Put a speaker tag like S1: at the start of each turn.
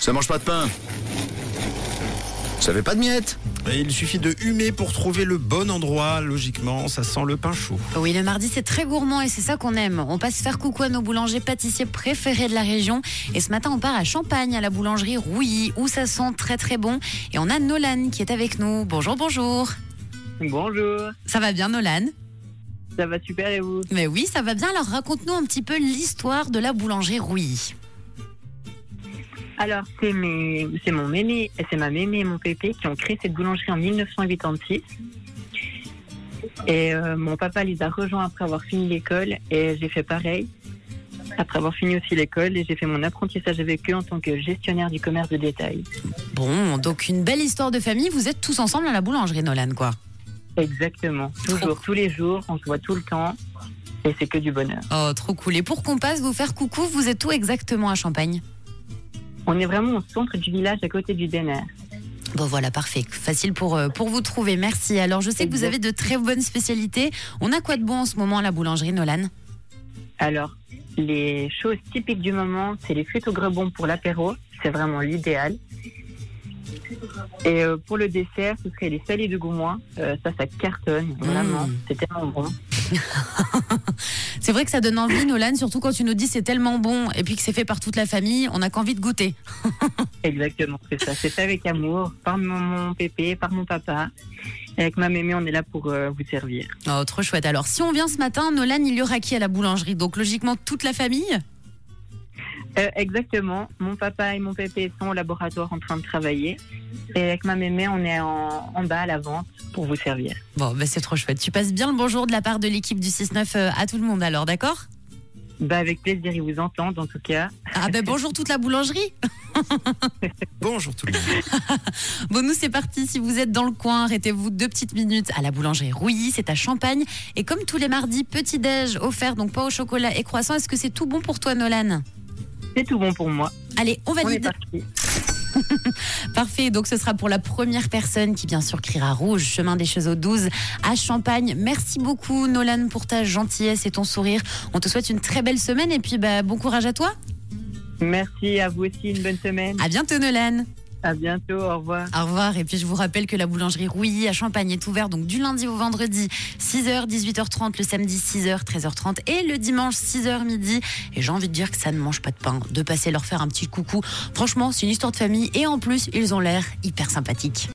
S1: Ça mange pas de pain. Ça fait pas de miettes.
S2: Et il suffit de humer pour trouver le bon endroit. Logiquement, ça sent le pain chaud.
S3: Oui, le mardi, c'est très gourmand et c'est ça qu'on aime. On passe faire coucou à nos boulangers pâtissiers préférés de la région. Et ce matin, on part à Champagne, à la boulangerie Rouilly, où ça sent très très bon. Et on a Nolan qui est avec nous. Bonjour, bonjour.
S4: Bonjour,
S3: Ça va bien, Nolan
S4: ça va super et vous
S3: Mais oui, ça va bien. Alors raconte-nous un petit peu l'histoire de la boulangerie Rouilly.
S4: Alors, c'est mes, c'est mon mémé, c'est ma mémé et mon pépé qui ont créé cette boulangerie en 1986. Et euh, mon papa les a rejoints après avoir fini l'école et j'ai fait pareil. Après avoir fini aussi l'école, et j'ai fait mon apprentissage avec eux en tant que gestionnaire du commerce de détail.
S3: Bon, donc une belle histoire de famille. Vous êtes tous ensemble à la boulangerie, Nolan, quoi.
S4: Exactement. Toujours, tous les jours, on se voit tout le temps. Et c'est que du bonheur.
S3: Oh, trop cool. Et pour qu'on passe vous faire coucou, vous êtes où exactement à Champagne
S4: On est vraiment au centre du village à côté du DNR.
S3: Bon voilà, parfait. Facile pour, euh, pour vous trouver. Merci. Alors je sais que vous avez de très bonnes spécialités. On a quoi de bon en ce moment à la boulangerie, Nolan
S4: Alors, les choses typiques du moment, c'est les flûtes au grebon pour l'apéro, c'est vraiment l'idéal. Et euh, pour le dessert, ce serait les salés de Goumois. Euh, ça, ça cartonne, vraiment.
S3: Mmh.
S4: C'est tellement bon.
S3: C'est vrai que ça donne envie, Nolan, surtout quand tu nous dis c'est tellement bon et puis que c'est fait par toute la famille, on n'a qu'envie de goûter.
S4: Exactement, c'est ça. C'est fait avec amour, par mon, mon pépé, par mon papa. Et avec ma mémé, on est là pour euh, vous servir.
S3: Oh, trop chouette. Alors si on vient ce matin, Nolan, il y aura qui à la boulangerie Donc logiquement toute la famille
S4: Euh, exactement. Mon papa et mon pépé sont au laboratoire en train de travailler. Et avec ma mémé, on est en, en bas à la vente pour vous servir.
S3: Bon, ben c'est trop chouette. Tu passes bien le bonjour de la part de l'équipe du 6-9 euh, à tout le monde alors, d'accord
S4: Bah, avec plaisir, ils vous entendent en tout cas.
S3: Ah ben bonjour toute la boulangerie
S2: Bonjour tout le monde.
S3: Bon, nous, c'est parti. Si vous êtes dans le coin, arrêtez-vous deux petites minutes à la boulangerie Rouilly, c'est à Champagne. Et comme tous les mardis, petit-déj offert, donc pas au chocolat et croissant. Est-ce que c'est tout bon pour toi, Nolan
S4: C'est tout bon pour moi.
S3: Allez, on
S4: On est
S3: valide.
S4: parti.
S3: Parfait. Donc, ce sera pour la première personne qui, bien sûr, criera rouge, chemin des Chezaux 12 à Champagne. Merci beaucoup, Nolan, pour ta gentillesse et ton sourire. On te souhaite une très belle semaine et puis bah, bon courage à toi.
S4: Merci à vous aussi, une bonne semaine.
S3: À bientôt, Nolan.
S4: À bientôt, au revoir.
S3: Au revoir. Et puis, je vous rappelle que la boulangerie Rouilly à Champagne est ouverte donc du lundi au vendredi, 6h, 18h30, le samedi, 6h, 13h30 et le dimanche, 6h, midi. Et j'ai envie de dire que ça ne mange pas de pain, de passer leur faire un petit coucou. Franchement, c'est une histoire de famille et en plus, ils ont l'air hyper sympathiques.